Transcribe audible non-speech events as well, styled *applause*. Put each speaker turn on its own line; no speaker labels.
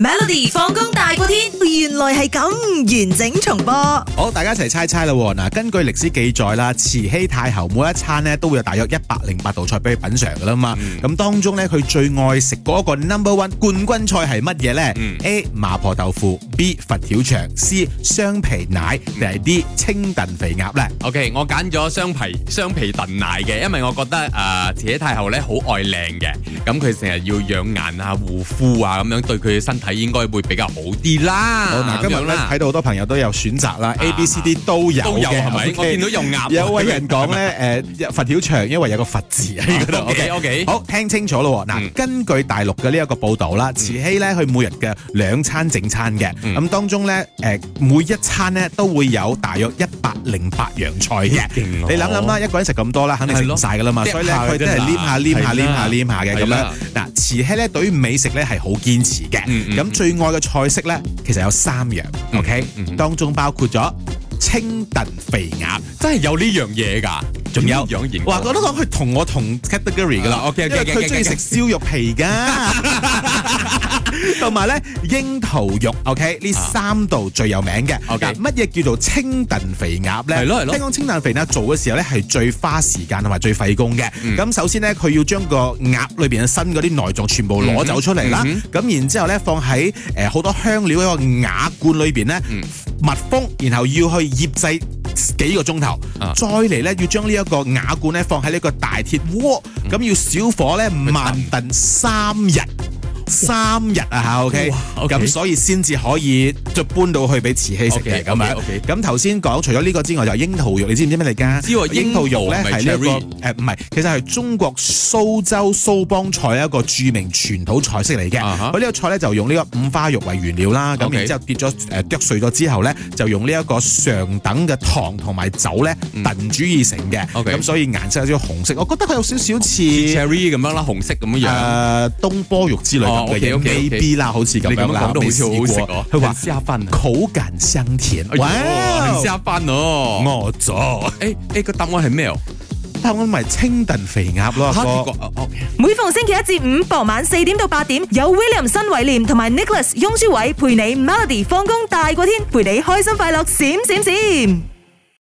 Melody 放工大過天，原來係咁完整重播。
好，大家一齊猜猜啦喎！嗱，根據歷史記載啦，慈禧太后每一餐咧都會有大約一百零八道菜俾佢品嚐噶啦嘛。
嗯
咁、當中咧，佢最愛食嗰個 number one 冠軍菜係乜嘢咧
嗯
？A 麻婆豆腐，B 佛跳牆，C 雙皮奶，
嗯
定係 D 清燉肥鴨咧？
OK，我揀咗雙皮雙皮燉奶嘅，因為我覺得誒慈禧太后咧好愛靚嘅，咁佢成日要養顏啊、護膚啊，咁樣對佢嘅身體應該會比較好啲啦。
好嗱，
啊咁
今日
樣
咧
啦
睇到好多朋友都有選擇啦，A、B、C、D 都有
都有
嘅，
係咪
OK？
我見到有鴨
有
*laughs*
位人講咧，誒佛跳牆，因為有個佛字喺嗰度。
啊
*laughs*
OK OK，
好，聽清楚咯喎。嗱，
嗯
根據大陸嘅呢一個報導啦，慈禧咧佢每日嘅兩餐正餐嘅，咁、
嗯
當中咧誒每一餐咧都會有大約一百零八樣菜嘅。
勁
你諗諗啦，，一個人食咁多啦，肯定食唔晒噶啦嘛，
係
所以
咯
咧佢
嗒下嘅
都係
啫
黏下黏下
係啦
黏下黏下嘅咁
係
樣
啦。
嗱，慈禧咧對於美食咧係好堅持嘅，咁、
嗯嗯嗯
最愛嘅菜式咧其實有三樣、
嗯
o k
嗯嗯
當中包括咗清燉肥鴨。
真係有呢樣嘢㗎，
仲有
養形。
哇！我都講佢同我同 category 噶啦
啊，OK，OK，
因為
OK，OK，
佢中意
OK，OK
食燒肉皮
*laughs*
噶，同埋咧櫻桃肉，OK，呢
啊
三道最有名嘅。
OK
嗱乜嘢叫做清燉肥鴨咧？
係咯係咯
聽講清燉肥鴨做嘅時候咧係最花時間同埋最費工嘅。
嗯
咁首先咧，佢要將個鴨裏邊嘅新嗰啲內臟全部攞走出嚟啦
嗯。
咁然之後咧，放喺誒好多香料喺個瓦罐裏邊咧
嗯
密封，然後要去醃製幾個鐘頭。
啊
再嚟咧，要將呢一個瓦罐咧放喺呢個大鐵鍋，
嗯
咁、要小火咧慢燉三日。三日啊嚇，OK，
哇，OK
咁所以先至可以就搬到去俾慈禧食嘅
OK，OK，
咁樣。
OK
咁頭先講除咗呢個之外，就係櫻桃肉，你知唔知咩嚟㗎？
知喎
櫻桃肉咧
櫻桃唔係
係呢一
cherry
個誒唔係，其實係中國蘇州蘇幫菜一個著名傳統菜式嚟嘅。
啊哈
佢呢個菜咧就用呢個五花肉為原料啦，咁
OK
然之後跌咗誒剁碎咗之後咧，就用呢一個上等嘅糖同埋酒咧
嗯
燉煮而成嘅。
OK
咁所以顏色有少少紅色，我覺得佢有少少似
似 cherry 咁樣啦，紅色咁
誒
樣樣。
東呃坡肉之類
哎哦
咁嘅嘢
，OK，OK，OK
，maybe 啦，好似
你
咁
咁樣
樣啦
講，都好似好好食
未試
喎
過，佢話
很下飯啊！
口感香甜，哇
哇，很下飯哦！
餓咗，
誒誒，個答案係咩哦？
但我咪清燉肥鴨咯，
嚇
阿
結
哥
果哦，OK
每逢星期一至五傍晚四點到八點，有 William 新偉廉同埋 Nicholas 雍舒偉陪你 Melody 放工大過天，陪你開心快樂閃閃閃。